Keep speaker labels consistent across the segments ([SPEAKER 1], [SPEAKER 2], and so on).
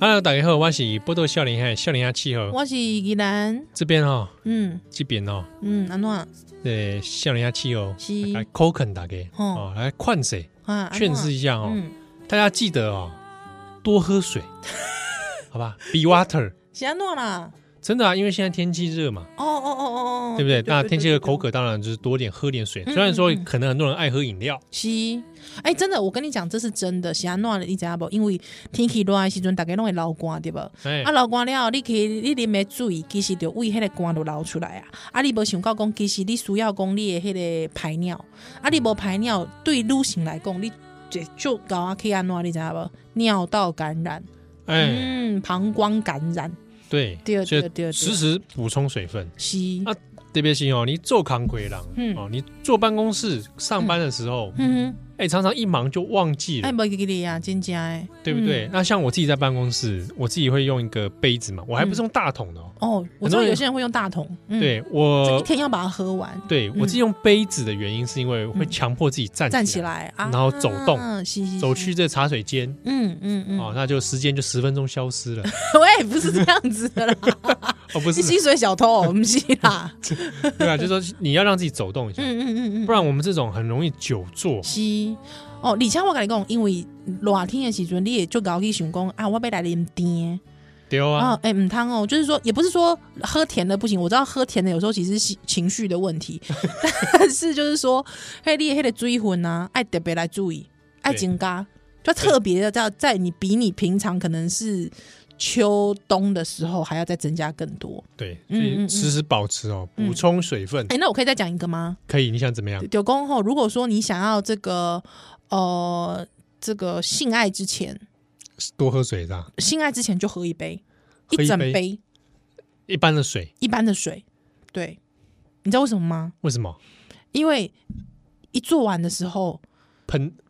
[SPEAKER 1] Hello，大家好，我是波多笑脸海笑脸下气候
[SPEAKER 2] 我是宜兰，
[SPEAKER 1] 哦这边哦，
[SPEAKER 2] 嗯
[SPEAKER 1] 这边哦，
[SPEAKER 2] 嗯，安怎
[SPEAKER 1] 呃，笑脸下气候
[SPEAKER 2] 是
[SPEAKER 1] 来 c o c o n 大家
[SPEAKER 2] 哦
[SPEAKER 1] 哦，来灌水，
[SPEAKER 2] 啊？
[SPEAKER 1] 劝示
[SPEAKER 2] 是
[SPEAKER 1] 一下哦，
[SPEAKER 2] 嗯，
[SPEAKER 1] 大家记得哦，多喝水， 好吧？Be water，
[SPEAKER 2] 是安怎啦？
[SPEAKER 1] 真的啊，因为现在天气热嘛，
[SPEAKER 2] 哦哦哦哦哦，
[SPEAKER 1] 对不对？那天气热，口渴，当然就是多点喝点水。
[SPEAKER 2] 嗯
[SPEAKER 1] 虽然说
[SPEAKER 2] 嗯嗯
[SPEAKER 1] 可能很多人爱喝饮料，
[SPEAKER 2] 是，哎，真的，我跟你讲，这是真的。是安怎的，你知道不？因为天气热的时阵，大家拢会流汗，对不？啊，
[SPEAKER 1] 哎，
[SPEAKER 2] 流汗了，你去你啉的水，其实就胃迄个汗都流出来啊。啊，你无想到讲，其实你需要讲你的迄个排尿，啊，你无排尿，对女性来讲，你就就搞啊去安怎，你知道不？尿道感染，
[SPEAKER 1] 哎，
[SPEAKER 2] 嗯，膀胱感染，
[SPEAKER 1] 对，
[SPEAKER 2] 对
[SPEAKER 1] 所以
[SPEAKER 2] 对对对
[SPEAKER 1] 时时补充水分。
[SPEAKER 2] 是，
[SPEAKER 1] 啊特别是哦，你做扛鬼狼，
[SPEAKER 2] 嗯
[SPEAKER 1] 哦，你坐办公室上班的时候，
[SPEAKER 2] 嗯
[SPEAKER 1] 哎，常常一忙就忘记
[SPEAKER 2] 哼，哎，
[SPEAKER 1] 了，
[SPEAKER 2] 无记哩啊，真正嗯诶，
[SPEAKER 1] 对不对？那像我自己在办公室，我自己会用一个杯子嘛，我还不是用大桶的哦，
[SPEAKER 2] 哦，我知道有些人会用大桶，嗯，
[SPEAKER 1] 对呃
[SPEAKER 2] 这一
[SPEAKER 1] 我。
[SPEAKER 2] 天要把它喝完，
[SPEAKER 1] 对我自己用杯子的原因，是因为会强迫自己站
[SPEAKER 2] 嗯站
[SPEAKER 1] 起
[SPEAKER 2] 起
[SPEAKER 1] 来，
[SPEAKER 2] 来啊，
[SPEAKER 1] 然后走动
[SPEAKER 2] 是是
[SPEAKER 1] 走，
[SPEAKER 2] 是
[SPEAKER 1] 去这茶水间
[SPEAKER 2] 嗯嗯嗯，
[SPEAKER 1] 哦，那就时间就十分钟消失了。
[SPEAKER 2] 喂，不是这样子的啦，
[SPEAKER 1] 哦， 不
[SPEAKER 2] 你
[SPEAKER 1] 是，
[SPEAKER 2] 薪水小偷，哦不是啦，
[SPEAKER 1] 对啊，就说你要让自己走动一下，
[SPEAKER 2] 嗯嗯嗯嗯，
[SPEAKER 1] 不然我们这种很容易久坐。
[SPEAKER 2] 是。哦，而且我跟你讲，因为热天的时阵，你也就搞去想讲啊，我要来啉甜
[SPEAKER 1] 丢
[SPEAKER 2] 的
[SPEAKER 1] 啊，
[SPEAKER 2] 啊，哎、唔汤哦，就是说，也不是说喝甜的不行，我知道喝甜的有时候其实是情绪的 问题，但是就是说，黑你黑的追魂啊，爱特别来注意，爱警嘎，就特别的在在你比你平常可能是秋冬的时候还要再增加更多。
[SPEAKER 1] 对，所
[SPEAKER 2] 嗯嗯
[SPEAKER 1] 以
[SPEAKER 2] 嗯
[SPEAKER 1] 时时保持哦，
[SPEAKER 2] 嗯
[SPEAKER 1] 补充水分
[SPEAKER 2] 哎、那我可以再讲一个吗？
[SPEAKER 1] 可以。你想怎么样？
[SPEAKER 2] 九宫后，如果说你想要这个呃这个性爱之前，
[SPEAKER 1] 多喝水这样，
[SPEAKER 2] 性爱之前就喝一杯，
[SPEAKER 1] 喝一
[SPEAKER 2] 整
[SPEAKER 1] 杯
[SPEAKER 2] 杯
[SPEAKER 1] 一般的水
[SPEAKER 2] 一般的水，对，你知道为什么吗？
[SPEAKER 1] 为什么
[SPEAKER 2] 因为一做完的时候，
[SPEAKER 1] 喷？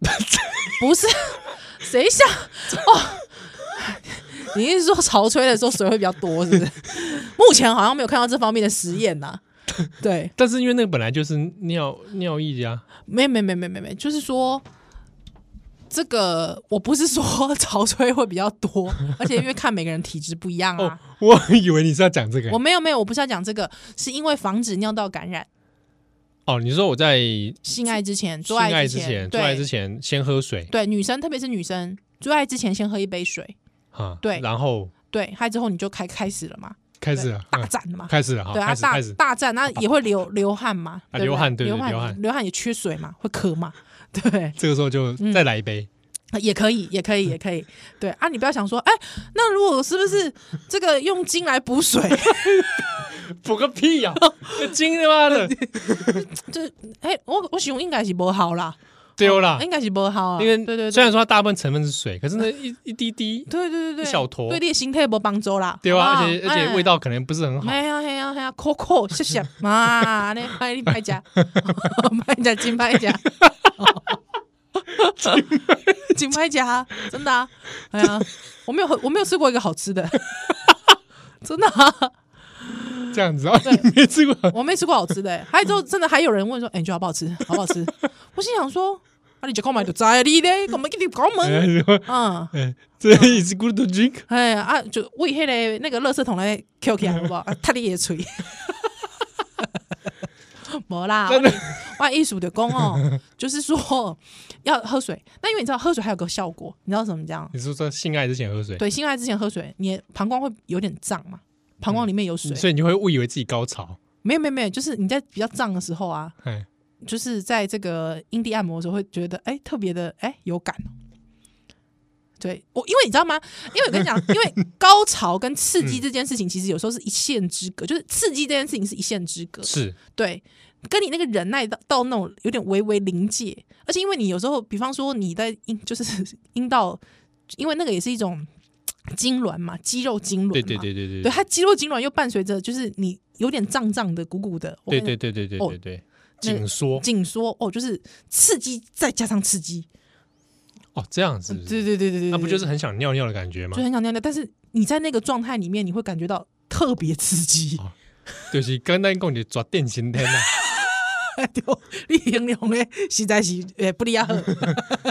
[SPEAKER 2] 不是 谁想哦，你是说潮吹的时候水会比较多，是不是？目前好像没有看到这方面的实验呐、对，
[SPEAKER 1] 但是因为那个本来就是尿尿液啊，
[SPEAKER 2] 没没没没没没，就是说。这个我不是说潮吹会比较多， 而且因为看每个人体质不一样
[SPEAKER 1] 哦
[SPEAKER 2] 啊。，
[SPEAKER 1] 我以为你是要讲这个
[SPEAKER 2] 我没有没有，我不是要讲这个，是因为防止尿道感染。
[SPEAKER 1] 哦。你说我在
[SPEAKER 2] 性爱之前，
[SPEAKER 1] 性
[SPEAKER 2] 做
[SPEAKER 1] 爱
[SPEAKER 2] 爱
[SPEAKER 1] 之前，做爱
[SPEAKER 2] 对
[SPEAKER 1] 之前先喝水
[SPEAKER 2] 对，女生特别是女生做爱之前先喝一杯水，
[SPEAKER 1] 啊，
[SPEAKER 2] 对
[SPEAKER 1] 然后
[SPEAKER 2] 对，嗨之后你就开开始了嘛，
[SPEAKER 1] 开始了，
[SPEAKER 2] 大
[SPEAKER 1] 嗯
[SPEAKER 2] 战了嘛，
[SPEAKER 1] 开始了哈，
[SPEAKER 2] 对啊，
[SPEAKER 1] 开始
[SPEAKER 2] 大
[SPEAKER 1] 开始，
[SPEAKER 2] 大战，那也会流流汗嘛，
[SPEAKER 1] 啊
[SPEAKER 2] 对不
[SPEAKER 1] 流汗对对
[SPEAKER 2] 流汗
[SPEAKER 1] 流汗
[SPEAKER 2] 流汗也缺水嘛，会渴嘛， 对，
[SPEAKER 1] 这个时候就
[SPEAKER 2] 嗯
[SPEAKER 1] 再来一杯。
[SPEAKER 2] 也可以，也可
[SPEAKER 1] 嗯
[SPEAKER 2] 以，也可以，对啊，你不要想说，哎，那如果是不 是这个用金来补水，
[SPEAKER 1] 嗯补个屁 呀、金他妈的
[SPEAKER 2] 这哎，我我想应该是不好啦，
[SPEAKER 1] 丢啦！
[SPEAKER 2] 应该是不好啊，
[SPEAKER 1] 因为
[SPEAKER 2] 对对
[SPEAKER 1] 虽
[SPEAKER 2] 对
[SPEAKER 1] 然说它大部分成分是水，可是那 一一滴滴，
[SPEAKER 2] 对对对对，
[SPEAKER 1] 一小坨
[SPEAKER 2] 对你的心态不帮助啦，
[SPEAKER 1] 对吧、
[SPEAKER 2] 好不好
[SPEAKER 1] 而且而且味。
[SPEAKER 2] 哎
[SPEAKER 1] 道可能不是很好。
[SPEAKER 2] 哎呀哎呀哎呀，苦苦谢谢嘛，你拍你拍家， 拍家金拍家， 金拍家，真的、啊，哎呀，我没有喝我没有吃过一个好吃的， 真的、啊，
[SPEAKER 1] 这样子啊，你没吃过
[SPEAKER 2] 我没吃过好吃的、还有之后真的还有人问说，哎、你觉得好不好吃？好不好吃？我心想说，啊，你就购买就在你嘞，我们给你搞门，
[SPEAKER 1] 哎说
[SPEAKER 2] 嗯。
[SPEAKER 1] 哎这 is good to drink，
[SPEAKER 2] 哎啊，就为迄个那个垃圾桶来捡起来，好不好？啊，踢你的嘴。 无啦，我
[SPEAKER 1] 真的
[SPEAKER 2] 的我的意思就讲哦， 就是说要喝水。那因为你知道喝水还有个效果，你知道怎么讲？
[SPEAKER 1] 你是说性爱之前喝水，
[SPEAKER 2] 对，性爱之前喝水，你的膀胱会有点胀嘛，膀胱里面有水。
[SPEAKER 1] 嗯所以你就会误以为自己高潮。
[SPEAKER 2] 没有没有没有，就是你在比较胀的时候啊，
[SPEAKER 1] 哎，
[SPEAKER 2] 就是在这个阴蒂按摩的时候，会觉得哎、特别的哎、有感哦。对我，因为你知道吗？因为我 跟你讲，因为高潮跟刺
[SPEAKER 1] 嗯
[SPEAKER 2] 激这件事情，其实有时候是一线之隔，就是刺激这件事情是一线之隔。
[SPEAKER 1] 是
[SPEAKER 2] 对，跟你那个忍耐到到那种有点微微临界，而且因为你有时候，比方说你在阴，就是 阴道，因为那个也是一种痉挛嘛，肌肉痉挛嘛，
[SPEAKER 1] 对对对对
[SPEAKER 2] 对，它肌肉痉挛又伴随着就是你有点胀胀的、鼓鼓的，我跟
[SPEAKER 1] 对
[SPEAKER 2] 你
[SPEAKER 1] 对对对对对对，
[SPEAKER 2] 哦那个
[SPEAKER 1] 紧缩
[SPEAKER 2] 紧缩哦，就是刺激再加上刺激，
[SPEAKER 1] 哦，这样子
[SPEAKER 2] 对，对对对对对，
[SPEAKER 1] 那不就是很想尿尿的感觉吗
[SPEAKER 2] 就？很想尿尿，但是你在那个状态里面，你会感觉到特别刺激
[SPEAKER 1] 哦，就是刚刚讲的抓电心天呐，
[SPEAKER 2] 对，哎 你形容的实在是诶不利亚好。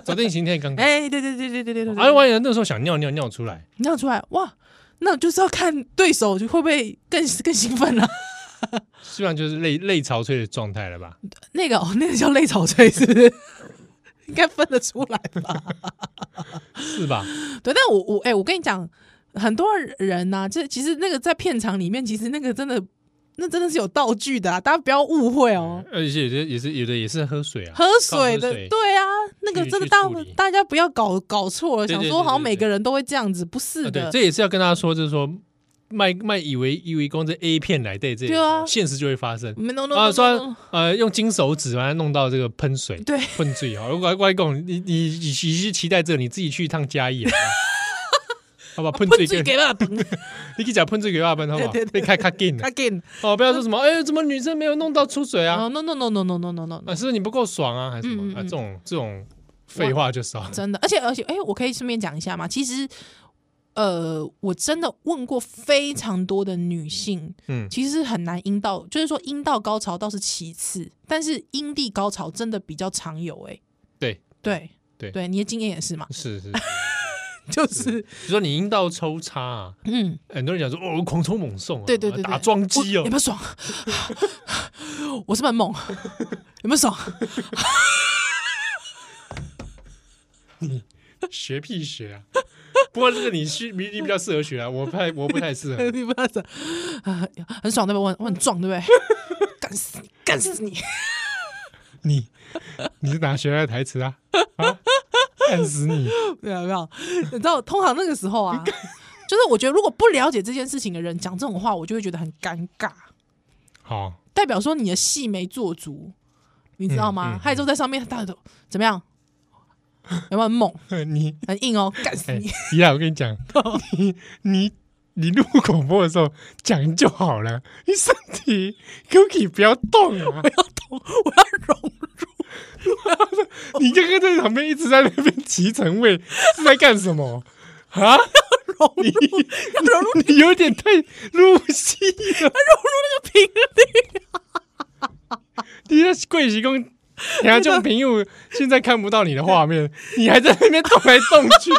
[SPEAKER 1] 走进行天刚刚，
[SPEAKER 2] 哎，对对对对对对对对，
[SPEAKER 1] 哎，万一那时候想尿尿尿出来，
[SPEAKER 2] 尿出来哇，那就是要看对手会不会更更兴奋了、
[SPEAKER 1] 基本上就是泪泪潮退的状态了吧？
[SPEAKER 2] 那个哦，那个叫泪草翠是不是？应该分得出来吧？
[SPEAKER 1] 是吧？
[SPEAKER 2] 对，但我我哎、我跟你讲，很多人呐、这其实那个在片场里面，其实那个真的，那真的是有道具的、啊，大家不要误会哦。
[SPEAKER 1] 而且有的也是有的也是喝水啊，
[SPEAKER 2] 喝水的，
[SPEAKER 1] 靠喝水
[SPEAKER 2] 对啊，那个
[SPEAKER 1] 去
[SPEAKER 2] 真的
[SPEAKER 1] 去
[SPEAKER 2] 大
[SPEAKER 1] 处理
[SPEAKER 2] 大家不要搞搞错了，
[SPEAKER 1] 对
[SPEAKER 2] 想
[SPEAKER 1] 对
[SPEAKER 2] 说
[SPEAKER 1] 对
[SPEAKER 2] 好像
[SPEAKER 1] 对
[SPEAKER 2] 每个
[SPEAKER 1] 对
[SPEAKER 2] 人都会这样子，不是
[SPEAKER 1] 啊
[SPEAKER 2] 的。
[SPEAKER 1] 对，这也是要跟大家说，就是说卖卖以为以为光这 A 片来对这
[SPEAKER 2] 对啊
[SPEAKER 1] 现实就会发生。
[SPEAKER 2] 没 no no
[SPEAKER 1] 啊，
[SPEAKER 2] no，no,
[SPEAKER 1] 说
[SPEAKER 2] no
[SPEAKER 1] 呃用金手指把它弄到这个喷水
[SPEAKER 2] 对，
[SPEAKER 1] 喷醉啊！我外外公，你你你你是期待这，你自己去一趟嘉 义啊，好吧？喷
[SPEAKER 2] 哦喷
[SPEAKER 1] 醉
[SPEAKER 2] 嘴
[SPEAKER 1] 给，
[SPEAKER 2] 给爸喷
[SPEAKER 1] 你可以讲喷醉给爸喷，好不好
[SPEAKER 2] 对对？对
[SPEAKER 1] 被开卡进
[SPEAKER 2] 他给你。
[SPEAKER 1] 哦，不要说什么哎，怎么女生没有弄到出水啊？
[SPEAKER 2] 哦 no no no no no no no no，
[SPEAKER 1] 啊，是不是你不够爽啊，还是什么
[SPEAKER 2] 嗯嗯
[SPEAKER 1] 啊？
[SPEAKER 2] 嗯
[SPEAKER 1] 这种这种废话就少了。
[SPEAKER 2] 真的，而且而且，哎、我可以顺便讲一下吗？其实，呃，我真的问过非常多的女性，
[SPEAKER 1] 嗯，
[SPEAKER 2] 其实很难阴道，就是说阴道高潮倒是其次，但是阴蒂高潮真的比较常有、哎，
[SPEAKER 1] 对
[SPEAKER 2] 对
[SPEAKER 1] 对
[SPEAKER 2] 对，你的经验也是嘛，
[SPEAKER 1] 是是，
[SPEAKER 2] 就是
[SPEAKER 1] 你说你阴道抽插啊，
[SPEAKER 2] 嗯，
[SPEAKER 1] 很多人讲说哦，狂抽猛送啊，
[SPEAKER 2] 对对对对
[SPEAKER 1] 打桩机
[SPEAKER 2] 我有
[SPEAKER 1] 哦
[SPEAKER 2] 没，有爽？ 我是不是很猛？有没有爽？
[SPEAKER 1] 学屁学啊！不过这个你是你你比较适合学啊，我不太我不太适合。
[SPEAKER 2] 你不要讲 啊，很爽对不对？我很我很壮对不对？ 干死你，干死你！
[SPEAKER 1] 你你是哪学来的台词啊？啊，干死你！
[SPEAKER 2] 没有没 有，你知道，通常那个时候啊，就是我觉得如果不了解这件事情的人讲这种话，我就会觉得很尴尬，
[SPEAKER 1] 好，
[SPEAKER 2] 代表说你的戏没做足，你知道
[SPEAKER 1] 嗯
[SPEAKER 2] 吗
[SPEAKER 1] 嗯？
[SPEAKER 2] 还有之后在上面大家都怎么样？有没有很猛、
[SPEAKER 1] 你
[SPEAKER 2] 很硬哦？干死
[SPEAKER 1] 哎
[SPEAKER 2] 你！， 哦
[SPEAKER 1] 怡雅，我跟你讲，你你你录广播的时候讲就好了，你身体 Cookie 不要动 啊！
[SPEAKER 2] 我要融入，
[SPEAKER 1] 你刚刚在旁边一直在那边提成位，是在干什 么啊？
[SPEAKER 2] 融入
[SPEAKER 1] 你
[SPEAKER 2] 要融入
[SPEAKER 1] 你有点太入戏了，
[SPEAKER 2] 那个频率。
[SPEAKER 1] 你那贵喜公。人家这种朋友现在看不到你的画面，你还在那边动来动去，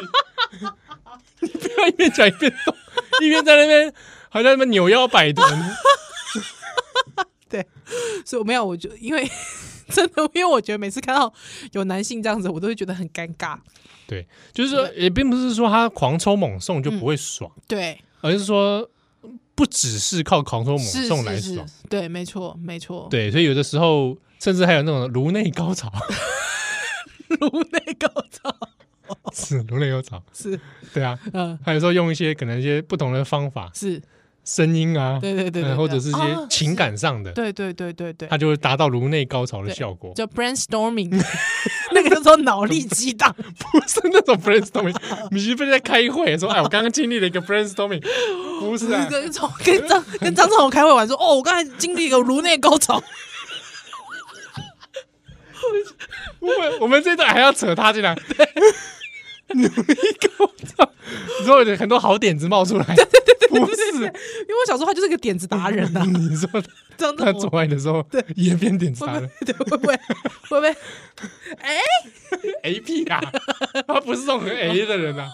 [SPEAKER 1] 你 不要一边讲一边动，一边在那边好像那边扭腰摆臀，
[SPEAKER 2] 对，
[SPEAKER 1] 哎
[SPEAKER 2] 所以我没有，我就因为 真的，因为我觉得每次看到有男性这样子，我都会觉得很尴尬。
[SPEAKER 1] 对，就是 说也并不是说他狂抽猛送就不会爽，
[SPEAKER 2] 对，
[SPEAKER 1] 而是说不只是靠狂抽猛
[SPEAKER 2] 是
[SPEAKER 1] 送来
[SPEAKER 2] 是
[SPEAKER 1] 爽
[SPEAKER 2] 是，，对，没错，没错。
[SPEAKER 1] 对，所以有的时候甚至还有那种颅内高潮，
[SPEAKER 2] 颅内高潮
[SPEAKER 1] 是颅内高潮，
[SPEAKER 2] 是，
[SPEAKER 1] 对啊，
[SPEAKER 2] 嗯，
[SPEAKER 1] 还有时候用一些可能一些不同的方法，
[SPEAKER 2] 是，
[SPEAKER 1] 声音啊，
[SPEAKER 2] 对对对
[SPEAKER 1] 呃
[SPEAKER 2] 对，
[SPEAKER 1] 或者是一
[SPEAKER 2] 啊
[SPEAKER 1] 些情感上的，
[SPEAKER 2] 对对对对对
[SPEAKER 1] 它，就会达到颅内高潮的
[SPEAKER 2] 对
[SPEAKER 1] 效果，
[SPEAKER 2] 叫 brainstorming，那个叫做脑力激 荡。
[SPEAKER 1] 不是那种 brainstorming，你是不是在开会说，哎，我刚刚经历了一个 brainstorming，不是啊，
[SPEAKER 2] 跟张跟张跟张正宏开会玩说，哦，我刚才经历一个颅内高潮，
[SPEAKER 1] 我们我们这段还要扯他进来，努力高涨，你说有很多好点子冒出来，不是？
[SPEAKER 2] 因为我想说他就是个点子达人呐、啊，
[SPEAKER 1] 你说
[SPEAKER 2] 张
[SPEAKER 1] 他
[SPEAKER 2] 正
[SPEAKER 1] 做
[SPEAKER 2] 宏。
[SPEAKER 1] 爱的时候也变点子
[SPEAKER 2] 会
[SPEAKER 1] 达人
[SPEAKER 2] 不会对会不会会不会？哎、
[SPEAKER 1] ，A P 啊，他不是这种
[SPEAKER 2] 哦
[SPEAKER 1] 很 A 的人啊，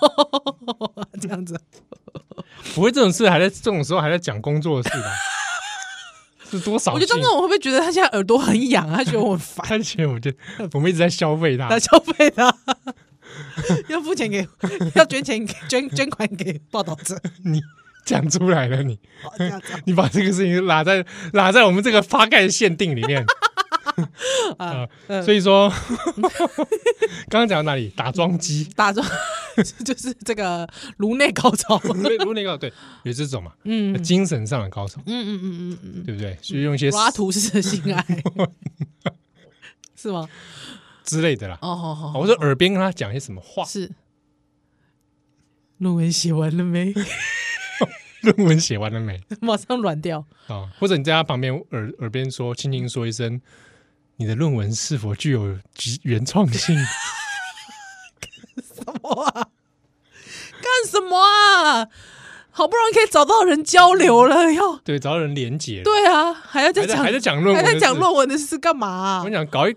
[SPEAKER 2] 这样子，
[SPEAKER 1] 不会这种事还在这种时候还在讲工作的事吧？是多少
[SPEAKER 2] 我
[SPEAKER 1] 劲？
[SPEAKER 2] 觉得张正宏会不会觉得他现在耳朵很痒，啊他觉得我很烦，
[SPEAKER 1] 他觉得我就我们一直在消费他
[SPEAKER 2] 来，消费他，要付钱给，要捐钱给捐捐款给报道者，
[SPEAKER 1] 你 讲出来了你。
[SPEAKER 2] 哦这样子啊
[SPEAKER 1] 你把这个事情拉在拉在我们这个发盖限定里 面啊、
[SPEAKER 2] 嗯
[SPEAKER 1] 所以说 刚刚讲到哪里？打桩机，
[SPEAKER 2] 打中 就是这个颅内高潮。
[SPEAKER 1] 如如那个对，有这种嘛，
[SPEAKER 2] 嗯嗯
[SPEAKER 1] 精神上的高手，
[SPEAKER 2] 嗯嗯嗯嗯嗯，
[SPEAKER 1] 对不对？就用一些
[SPEAKER 2] 拉图式的性 爱是吗？
[SPEAKER 1] 之类的啦。啊
[SPEAKER 2] 哦，好好，
[SPEAKER 1] 我说耳边跟他讲一些什么话，
[SPEAKER 2] 是。论文写完了没？
[SPEAKER 1] 论文写完了没
[SPEAKER 2] 马上软掉。
[SPEAKER 1] 啊？或者你在他旁边耳耳边说，轻轻说一声，你的论文是否具有极原创性？
[SPEAKER 2] 什么啊？干什么啊？好不容易可以找到人交流了，要
[SPEAKER 1] 对，找到人连结了，
[SPEAKER 2] 对啊，还要再
[SPEAKER 1] 还在
[SPEAKER 2] 讲，
[SPEAKER 1] 还在讲论文
[SPEAKER 2] 还
[SPEAKER 1] 的事，
[SPEAKER 2] 在讲论文的事干嘛啊、
[SPEAKER 1] 我跟你讲，搞一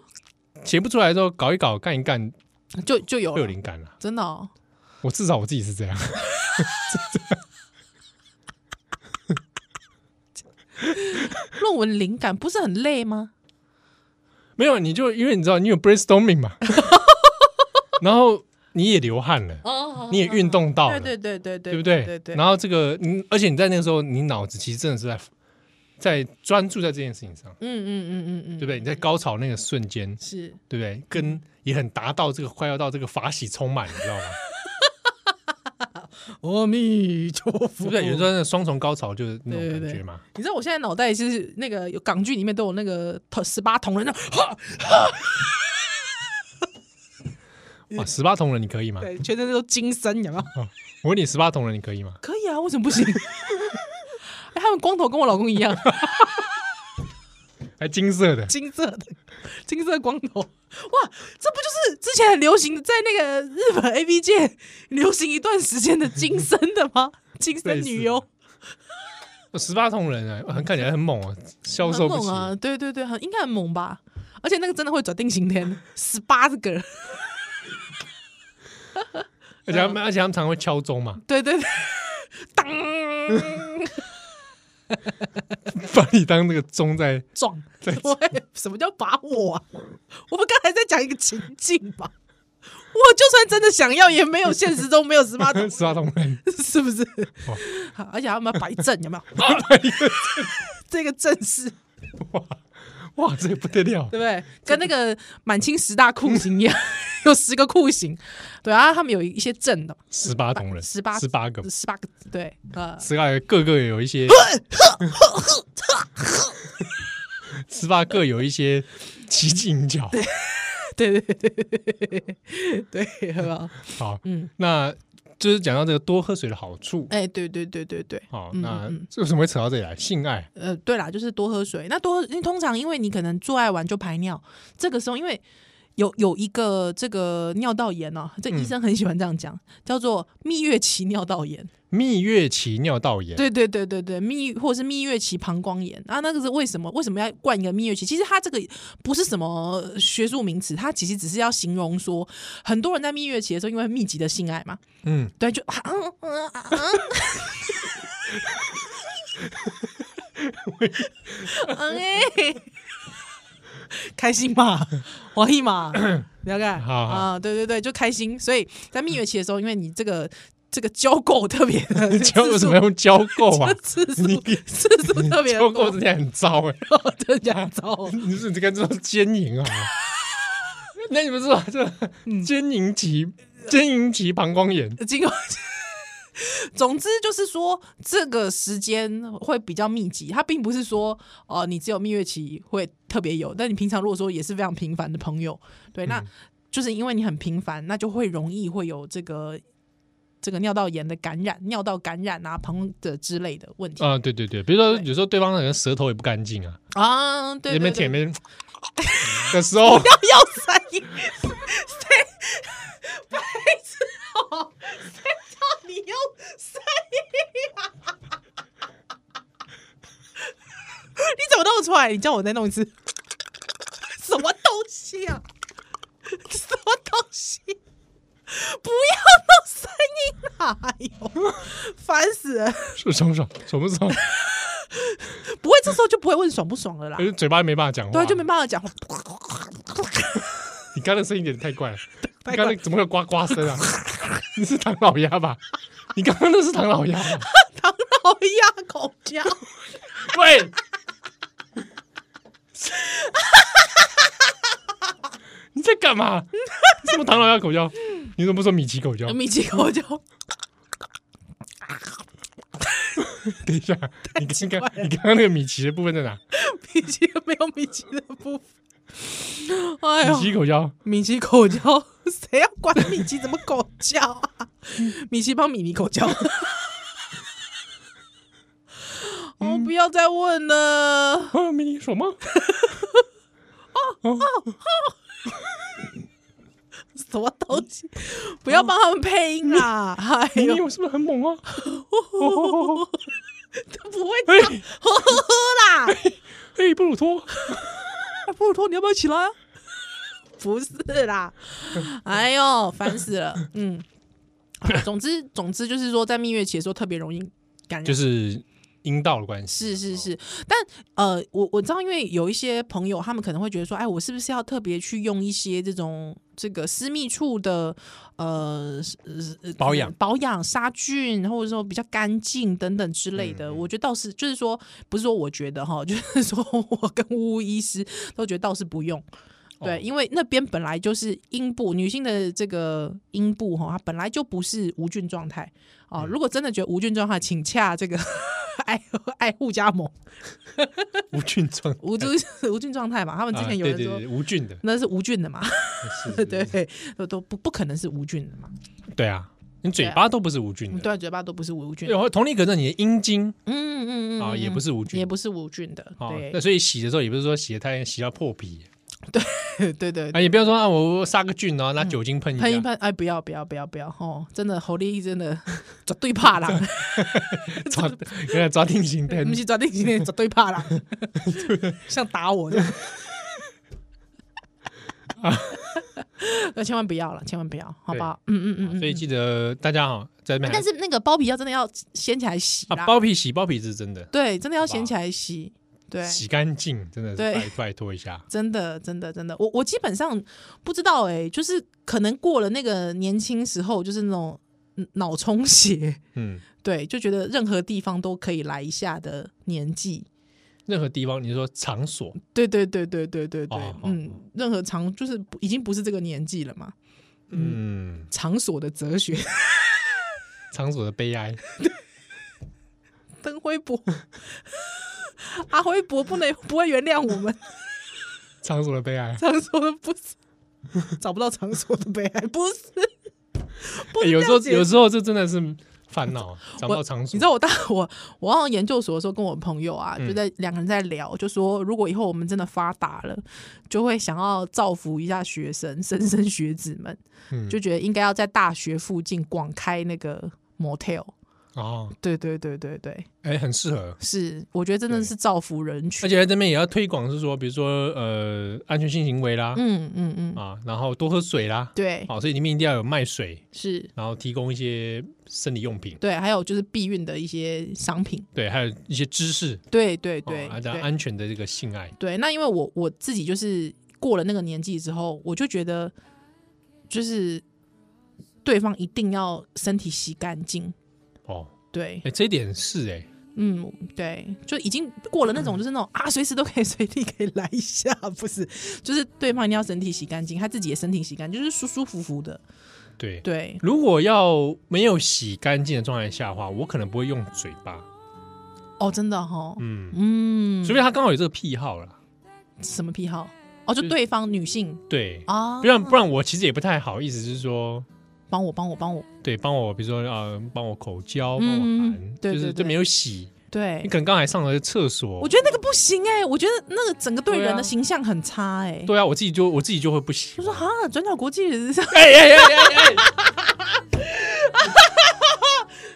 [SPEAKER 1] 写不出来之后，搞一搞，干一干，
[SPEAKER 2] 就就有
[SPEAKER 1] 会有
[SPEAKER 2] 了，
[SPEAKER 1] 灵感了。
[SPEAKER 2] 真的、哦，
[SPEAKER 1] 我至少我自己是这样，
[SPEAKER 2] 论文灵感不是很累吗？
[SPEAKER 1] 没有你就因为你知道你有 brainstorming 嘛， 然后你也流汗了，
[SPEAKER 2] 哦
[SPEAKER 1] 你也运动到了，
[SPEAKER 2] 对对对对对，
[SPEAKER 1] 对不
[SPEAKER 2] 对对，
[SPEAKER 1] 然后这个你，而且你在那个时候，你脑子其实真的是在在专注在这件事情上，
[SPEAKER 2] 嗯嗯嗯嗯嗯，
[SPEAKER 1] 对不对？你在高潮那个瞬间，
[SPEAKER 2] 是
[SPEAKER 1] 对不对？跟
[SPEAKER 2] 嗯
[SPEAKER 1] 也很达到这个快要到这个法喜充满，你知道 吗？
[SPEAKER 2] 阿弥陀
[SPEAKER 1] 对
[SPEAKER 2] 佛
[SPEAKER 1] 不对？有时候那个双重高潮就是那种感觉嘛。
[SPEAKER 2] 你知道我现在脑袋是那个有港剧里面都有那个十八铜人那种，
[SPEAKER 1] 哇，哦十八铜人你可以吗？
[SPEAKER 2] 对，全身都精神，有没有？
[SPEAKER 1] 我问你，十八铜人你可以吗？
[SPEAKER 2] 可以啊，为什么不 行？哎，他们光头跟我老公一样，
[SPEAKER 1] 还金色的，
[SPEAKER 2] 金色的，金色光头。哇，这不就是之前很流行在那个日本 A B 界流行一段时间的金身的 吗？金身女优
[SPEAKER 1] 十八铜人啊，很看起来很猛哦，消
[SPEAKER 2] 很
[SPEAKER 1] 瘦不
[SPEAKER 2] 猛
[SPEAKER 1] 起。
[SPEAKER 2] 啊，对对对，很应该很猛吧？而且那个真的会转定型天，十八这个人，
[SPEAKER 1] 而且
[SPEAKER 2] 嗯
[SPEAKER 1] 他们，而且他们常会敲钟嘛，
[SPEAKER 2] 对对对， 当
[SPEAKER 1] 把你当那个钟在
[SPEAKER 2] 撞
[SPEAKER 1] 在。
[SPEAKER 2] 喂，什么叫把我啊？我们刚才在讲一个情境吧。我就算真的想要，也没有现实中没有十八铜
[SPEAKER 1] 十八铜人。
[SPEAKER 2] 是不是？好，而且他们要摆正，有没有？这个正是，
[SPEAKER 1] 哇哇，这也不得了
[SPEAKER 2] 对不！对？跟那个满清十大酷刑一样，有十个酷刑。对啊，他们有一些正的，
[SPEAKER 1] 十八铜人，
[SPEAKER 2] 十八
[SPEAKER 1] 十八个，
[SPEAKER 2] 十八个，对，呃，
[SPEAKER 1] 十八个各个有一些， 十八个有一些奇技淫巧。
[SPEAKER 2] 对对对对对，对，好不好？
[SPEAKER 1] 好，嗯，那就是讲到这个多喝水的好处。
[SPEAKER 2] 哎，对对对对对，
[SPEAKER 1] 好，
[SPEAKER 2] 嗯
[SPEAKER 1] 那
[SPEAKER 2] 嗯嗯
[SPEAKER 1] 这为什么会扯到这里来？性爱，
[SPEAKER 2] 呃，对啦，就是多喝水。那多喝，因为通常因为你可能做爱完就排尿，这个时候因为有有一个这个尿道炎哦，这医生很喜欢这样讲，叫做蜜月期尿道炎。
[SPEAKER 1] 蜜月期尿道炎。
[SPEAKER 2] 对对对对对，蜜或者是蜜月期膀胱炎啊，那个是为什么？为什么要冠一个蜜月期？其实它这个不是什么学术名词，它其实只是要形容说，很多人在蜜月期的时候，因为密集的性爱嘛，
[SPEAKER 1] 嗯，
[SPEAKER 2] 对，就啊嗯嗯啊 嗯，嗯哎，开心嘛，王 一嘛，了解
[SPEAKER 1] 好好
[SPEAKER 2] 啊，对对对，就开心。所以在蜜月期的时候，因为你这个这个交够特别的
[SPEAKER 1] 交为
[SPEAKER 2] 次
[SPEAKER 1] 什
[SPEAKER 2] 数？
[SPEAKER 1] 么要用交够啊
[SPEAKER 2] 次数
[SPEAKER 1] 你
[SPEAKER 2] 次数特别
[SPEAKER 1] 交够这，
[SPEAKER 2] 多
[SPEAKER 1] 点很糟哎，
[SPEAKER 2] 真的假糟？
[SPEAKER 1] 你是你跟这种奸淫 啊？那你们知道这
[SPEAKER 2] 嗯
[SPEAKER 1] 奸淫期奸淫期膀胱炎，
[SPEAKER 2] 经过。 总之就是说，这个时间会比较密集，它并不是说哦、呃你只有蜜月期会特别有，但你平常如果说也是非常频繁的朋友，对，那就是因为你很频繁，那就会容易会有这个这个尿道炎的感染、尿道感染啊、膀的之类的问题
[SPEAKER 1] 啊，对对对，比如说
[SPEAKER 2] 对
[SPEAKER 1] 有时候对方可能舌头也不干净啊，
[SPEAKER 2] 啊。对
[SPEAKER 1] 那边
[SPEAKER 2] 对对
[SPEAKER 1] 舔，边 的时候，
[SPEAKER 2] 不要塞音，谁白痴哦？谁叫你用塞音啊？你怎么弄出来？你叫我再弄一次， 什么东西啊？什么东西？不要弄声音啊！哎呦，烦死了！
[SPEAKER 1] 是爽不爽，爽不爽？
[SPEAKER 2] 不会，这时候就不会问爽不爽了啦
[SPEAKER 1] 可。哎是嘴巴没办法讲话，
[SPEAKER 2] 对，啊就没办法讲话。
[SPEAKER 1] 你刚才声音有点太怪了，
[SPEAKER 2] 太怪
[SPEAKER 1] 你刚才怎么会有呱呱声啊？ 你是唐老鸭吧？你刚刚那是唐老鸭吧？
[SPEAKER 2] 唐老鸭口交。
[SPEAKER 1] 喂， 你在干嘛？什么唐老鸭口交？你怎么不说米奇口交？
[SPEAKER 2] 米奇口交，
[SPEAKER 1] 等一下，你刚刚你刚刚那个米奇的部分在哪？
[SPEAKER 2] 米奇没有米奇的部分。哎
[SPEAKER 1] 米
[SPEAKER 2] 呦，
[SPEAKER 1] 奇口交，
[SPEAKER 2] 米奇口交，谁要管米奇怎么口交啊？米奇帮米妮口交。哦，不要再问了，
[SPEAKER 1] 啊，迷你爽
[SPEAKER 2] 哦
[SPEAKER 1] 哦吗？
[SPEAKER 2] 什什么东西？不要帮他们配音啊！哎
[SPEAKER 1] 你
[SPEAKER 2] 呦，哦
[SPEAKER 1] 有是不是很猛啊？
[SPEAKER 2] 他不会
[SPEAKER 1] 嘿，
[SPEAKER 2] 呵呵呵啦！
[SPEAKER 1] 嘿，布鲁托，
[SPEAKER 2] 布鲁托，你要不要起来啊？ 不是啦，哎呦，烦死了。嗯，好 总之，总之就是说，在蜜月期的时候特别容易感染，
[SPEAKER 1] 就是阴道的关系。
[SPEAKER 2] 是是是，但呃，我我知道，因为有一些朋友，他们可能会觉得说，哎，我是不是要特别去用一些这种这个私密处的呃是呃
[SPEAKER 1] 保养
[SPEAKER 2] 保养杀菌，或者说比较干净等等之类的？
[SPEAKER 1] 嗯
[SPEAKER 2] 我觉得倒是就是说，不是说我觉得哈，就是说我跟呜呜医师都觉得倒是不用。对，
[SPEAKER 1] 哦
[SPEAKER 2] 因为那边本来就是阴部，女性的这个阴部哈，它本来就不是无菌状态
[SPEAKER 1] 嗯
[SPEAKER 2] 啊。如果真的觉得无菌状态，请洽这个 爱爱护 加盟
[SPEAKER 1] 无菌状，
[SPEAKER 2] 无菌无菌状态嘛。他们之前有
[SPEAKER 1] 啊
[SPEAKER 2] 人
[SPEAKER 1] 对
[SPEAKER 2] 说、
[SPEAKER 1] 对对无菌的，
[SPEAKER 2] 那是无菌的嘛，
[SPEAKER 1] 是是是
[SPEAKER 2] 对，都都不不可能是无菌的嘛。
[SPEAKER 1] 对啊，你嘴巴都不是无菌的。
[SPEAKER 2] 对啊，嘴巴都不是无菌的，
[SPEAKER 1] 然后同理可证，你的阴茎
[SPEAKER 2] 嗯嗯嗯嗯
[SPEAKER 1] 啊也
[SPEAKER 2] 嗯
[SPEAKER 1] 不是无菌
[SPEAKER 2] 也不是无菌的，
[SPEAKER 1] 啊，
[SPEAKER 2] 对
[SPEAKER 1] 那所以洗的时候也不是说洗的太洗到破皮
[SPEAKER 2] 对对对。嗯
[SPEAKER 1] 啊，也不要说啊我杀个菌啊，拿酒精喷一下
[SPEAKER 2] 喷一喷，哎，不要不要不要不要！哦，真的侯丽真的 绝对怕啦，
[SPEAKER 1] 抓， 原来抓定型灯
[SPEAKER 2] 不，是抓定今天绝对怕 啦，像打我这样。那千万不要了，千万不要，好不好？嗯嗯嗯嗯。
[SPEAKER 1] 啊所以记得大家哈在那边
[SPEAKER 2] 但
[SPEAKER 1] 还
[SPEAKER 2] 是那个包皮要真的要掀起来洗
[SPEAKER 1] 啊
[SPEAKER 2] 啦，
[SPEAKER 1] 包皮洗包皮是真的，
[SPEAKER 2] 对，真的要掀
[SPEAKER 1] 吧
[SPEAKER 2] 起来洗，对，
[SPEAKER 1] 洗干净真的是
[SPEAKER 2] 对
[SPEAKER 1] 拜拜托一下，
[SPEAKER 2] 真的真的真的，我我基本上不知道哎、就是可能过了那个年轻时候，就是那种嗯脑充血，
[SPEAKER 1] 嗯，
[SPEAKER 2] 对，就觉得任何地方都可以来一下的年纪，
[SPEAKER 1] 任何地方你说场所
[SPEAKER 2] 对对对对对对对，
[SPEAKER 1] 哦哦
[SPEAKER 2] 嗯，任何场就是不已经不是这个年纪了嘛，
[SPEAKER 1] 嗯
[SPEAKER 2] 场所的哲学，
[SPEAKER 1] 场所的悲哀，
[SPEAKER 2] 登辉伯， 阿辉伯不能不会原谅我们，
[SPEAKER 1] 场所的悲哀，
[SPEAKER 2] 场所的不是 找不到场所的悲哀，不是， 不
[SPEAKER 1] 欸
[SPEAKER 2] 是
[SPEAKER 1] 有时
[SPEAKER 2] 这样
[SPEAKER 1] 候
[SPEAKER 2] 解
[SPEAKER 1] 有时候这真的是烦恼，找不到场所，
[SPEAKER 2] 你知道我大 我我好像研究所的时候跟我朋友啊，
[SPEAKER 1] 嗯
[SPEAKER 2] 就在两个人在聊，就说如果以后我们真的发达了，就会想要造福一下学生莘莘学子们，
[SPEAKER 1] 嗯
[SPEAKER 2] 就觉得应该要在大学附近广开那个 motel。
[SPEAKER 1] 哦，
[SPEAKER 2] 对对对对对，
[SPEAKER 1] 哎、很适合。
[SPEAKER 2] 是，我觉得真的
[SPEAKER 1] 对
[SPEAKER 2] 是造福人
[SPEAKER 1] 而
[SPEAKER 2] 群。
[SPEAKER 1] 且在这边也要推广，是说，比如说，呃，安全性行为啦，
[SPEAKER 2] 嗯嗯嗯，
[SPEAKER 1] 啊，然后多喝水啦，哦
[SPEAKER 2] 对，
[SPEAKER 1] 好、所以里面一定要有卖水，
[SPEAKER 2] 是，
[SPEAKER 1] 然后提供一些生理用品，
[SPEAKER 2] 对，还有就是避孕的一些商品。
[SPEAKER 1] 对，还有一些知识，
[SPEAKER 2] 对对对
[SPEAKER 1] 啊，讲
[SPEAKER 2] 对。
[SPEAKER 1] 安全的这个性爱，
[SPEAKER 2] 对，那因为我我自己就是过了那个年纪之后，我就觉得就是对方一定要身体洗干净。
[SPEAKER 1] 哦，
[SPEAKER 2] 对
[SPEAKER 1] 哎、，这一点是哎、
[SPEAKER 2] 嗯，对，就已经过了那种，就是那种啊，随时都可以随地可以来一下，不是，就是对方一定要身体洗干净，他自己也身体洗干净，就是舒舒服服的。
[SPEAKER 1] 对。
[SPEAKER 2] 对，
[SPEAKER 1] 如果要没有洗干净的状态下的话，我可能不会用嘴巴，
[SPEAKER 2] 哦，真的哈、哦，
[SPEAKER 1] 嗯，
[SPEAKER 2] 嗯，
[SPEAKER 1] 除非他刚好有这个癖好啦，
[SPEAKER 2] 什么癖好？哦，就
[SPEAKER 1] 就是
[SPEAKER 2] 对方女性
[SPEAKER 1] 对，
[SPEAKER 2] 啊，
[SPEAKER 1] 不然不然我其实也不太好意思，就是说，
[SPEAKER 2] 帮我帮我帮我，
[SPEAKER 1] 对，帮我比如说呃，帮我口交，帮我
[SPEAKER 2] 嗯
[SPEAKER 1] 含，
[SPEAKER 2] 对
[SPEAKER 1] 就是
[SPEAKER 2] 对
[SPEAKER 1] 这
[SPEAKER 2] 对
[SPEAKER 1] 没有洗，
[SPEAKER 2] 对
[SPEAKER 1] 你，可能刚才上了厕所，
[SPEAKER 2] 我觉得那个不行哎、我觉得那个整个对
[SPEAKER 1] 对
[SPEAKER 2] 人
[SPEAKER 1] 啊
[SPEAKER 2] 的形象很差哎、
[SPEAKER 1] 对啊，我自己就我自己就会不洗
[SPEAKER 2] 就。说哈，转角国际人 是
[SPEAKER 1] 哎哎哎哎哎，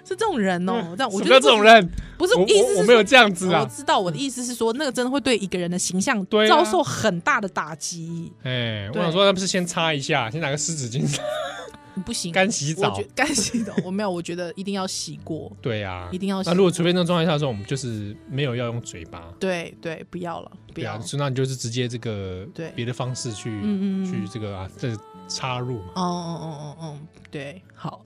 [SPEAKER 2] 是这种人哦、但我
[SPEAKER 1] 嗯什
[SPEAKER 2] 觉
[SPEAKER 1] 么叫
[SPEAKER 2] 得
[SPEAKER 1] 这种，人？
[SPEAKER 2] 不是
[SPEAKER 1] 我
[SPEAKER 2] 意思是
[SPEAKER 1] 我我没有这样子
[SPEAKER 2] 我
[SPEAKER 1] 啊。
[SPEAKER 2] 知道我的意思是说，那个真的会对一个人的形象
[SPEAKER 1] 对啊
[SPEAKER 2] 遭受很大的打击，
[SPEAKER 1] 哎，我
[SPEAKER 2] 对
[SPEAKER 1] 想说，那不是先擦一下，先拿个湿纸巾擦
[SPEAKER 2] 不行。
[SPEAKER 1] 干洗
[SPEAKER 2] 我
[SPEAKER 1] 澡
[SPEAKER 2] 觉。干洗澡，我没有，我觉得一定要洗过。
[SPEAKER 1] 对啊，
[SPEAKER 2] 一定要洗
[SPEAKER 1] 那如果除非那种状态下的时候，我们就是没有要用嘴巴，
[SPEAKER 2] 对对，不要了，不
[SPEAKER 1] 对
[SPEAKER 2] 要
[SPEAKER 1] 啊，。所以那你就是直接这个
[SPEAKER 2] 对
[SPEAKER 1] 别的方式去
[SPEAKER 2] 嗯嗯嗯
[SPEAKER 1] 去这个啊，这插入嘛，
[SPEAKER 2] 哦哦哦哦哦，对，好，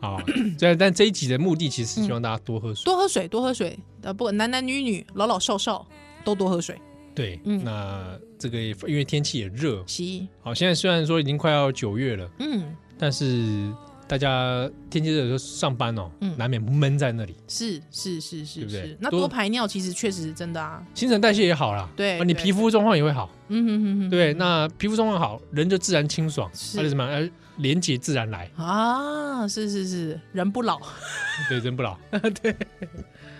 [SPEAKER 1] 好吧？对，啊但这一集的目的其实是希
[SPEAKER 2] 嗯
[SPEAKER 1] 望大家多喝水。
[SPEAKER 2] 多喝水，多喝水。呃，不管男男女女、老老少少，都多喝水。
[SPEAKER 1] 对，
[SPEAKER 2] 嗯
[SPEAKER 1] 那这个也因为天气也热，
[SPEAKER 2] 洗衣，
[SPEAKER 1] 好，现在虽然说已经快要九月了。
[SPEAKER 2] 嗯，
[SPEAKER 1] 但是大家天气热的时候上班哦，
[SPEAKER 2] 嗯
[SPEAKER 1] 难免闷在那里，
[SPEAKER 2] 是是是
[SPEAKER 1] 对
[SPEAKER 2] 是
[SPEAKER 1] 不对
[SPEAKER 2] 是。那
[SPEAKER 1] 多
[SPEAKER 2] 多排尿其实确实真的啊，
[SPEAKER 1] 新陈代谢也好啦，
[SPEAKER 2] 对
[SPEAKER 1] 啊你
[SPEAKER 2] 对
[SPEAKER 1] 皮肤状况也会好，
[SPEAKER 2] 嗯哼哼
[SPEAKER 1] 对不
[SPEAKER 2] 哼，
[SPEAKER 1] 对，那皮肤状况好，人就自然清爽，
[SPEAKER 2] 是
[SPEAKER 1] 而且什么，呃，廉洁自然来，
[SPEAKER 2] 啊，是是是，人不老，
[SPEAKER 1] 对，人不老，对，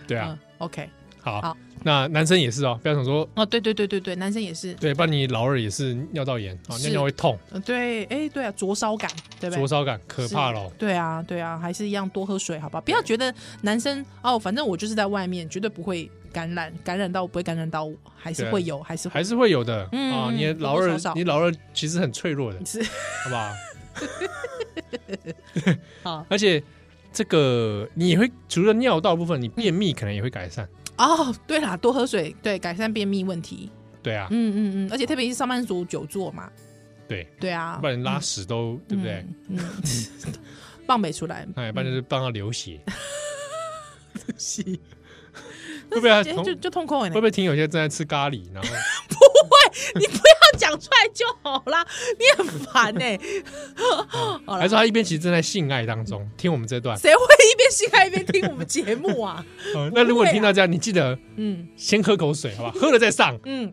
[SPEAKER 1] 对啊，
[SPEAKER 2] 嗯，OK，
[SPEAKER 1] 好，
[SPEAKER 2] 好
[SPEAKER 1] 那男生也是哦，不要想说，
[SPEAKER 2] 哦，对对对对对，男生也是，
[SPEAKER 1] 对，不然你老二也是尿道炎啊，
[SPEAKER 2] 是
[SPEAKER 1] 尿尿会痛，
[SPEAKER 2] 呃对，哎，对啊，灼烧感，对不对
[SPEAKER 1] 灼？烧感可怕咯。
[SPEAKER 2] 对啊，对啊，还是一样多喝水，好吧？不要觉得男生哦，反正我就是在外面，绝对不会感染，感染到不会感染到我，还是
[SPEAKER 1] 对啊
[SPEAKER 2] 会有，还是会
[SPEAKER 1] 还是会有的
[SPEAKER 2] 嗯
[SPEAKER 1] 啊。你的老
[SPEAKER 2] 多多
[SPEAKER 1] 二
[SPEAKER 2] 少少，
[SPEAKER 1] 你老二其实很脆弱的，
[SPEAKER 2] 是
[SPEAKER 1] 好不好？
[SPEAKER 2] 好
[SPEAKER 1] 而且这个你也会除了尿道部分，你便秘可能也会改善。
[SPEAKER 2] 哦，对啦，多喝水，对，改善便秘问题。
[SPEAKER 1] 对啊，
[SPEAKER 2] 嗯嗯嗯，而且特别是上班族久坐嘛，
[SPEAKER 1] 对，
[SPEAKER 2] 对啊，
[SPEAKER 1] 不然拉屎都对不对？
[SPEAKER 2] 嗯？嗯， 棒北出来，
[SPEAKER 1] 哎，不然就是帮他流血，
[SPEAKER 2] 是，
[SPEAKER 1] 会不会啊
[SPEAKER 2] 哎
[SPEAKER 1] 同
[SPEAKER 2] 就就痛苦哎、
[SPEAKER 1] 会不会听有些正在吃咖喱，然后
[SPEAKER 2] 你不要讲出来就好啦， 你很烦哎、 好啦
[SPEAKER 1] 还是他一边其实正在性爱当中听我们这 段？
[SPEAKER 2] 谁会一边性爱一边听我们节 目啊？
[SPEAKER 1] 呃那如果你听到这样，你记得
[SPEAKER 2] 嗯
[SPEAKER 1] 先喝口水，好吧？喝了再上。
[SPEAKER 2] 嗯，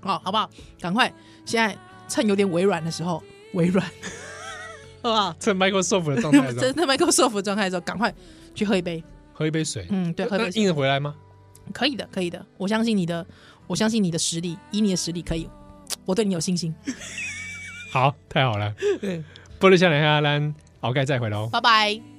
[SPEAKER 2] 好，好不好？赶快，现在趁有点微软的时候，微软， 好不好？
[SPEAKER 1] 趁 Microsoft 的状态 的时候
[SPEAKER 2] 真的 Microsoft 状态的时候，赶快去喝一杯。
[SPEAKER 1] 喝一杯水。
[SPEAKER 2] 嗯，对，喝一
[SPEAKER 1] 那
[SPEAKER 2] 杯水
[SPEAKER 1] 硬得回来吗？
[SPEAKER 2] 可以的，可以的，我相信你的，我相信你的实力，以你的实力可以，我对你有信心。
[SPEAKER 1] 好，太好了。
[SPEAKER 2] 对，
[SPEAKER 1] 波多少年阿兰，鳌盖再回喽。
[SPEAKER 2] 拜拜。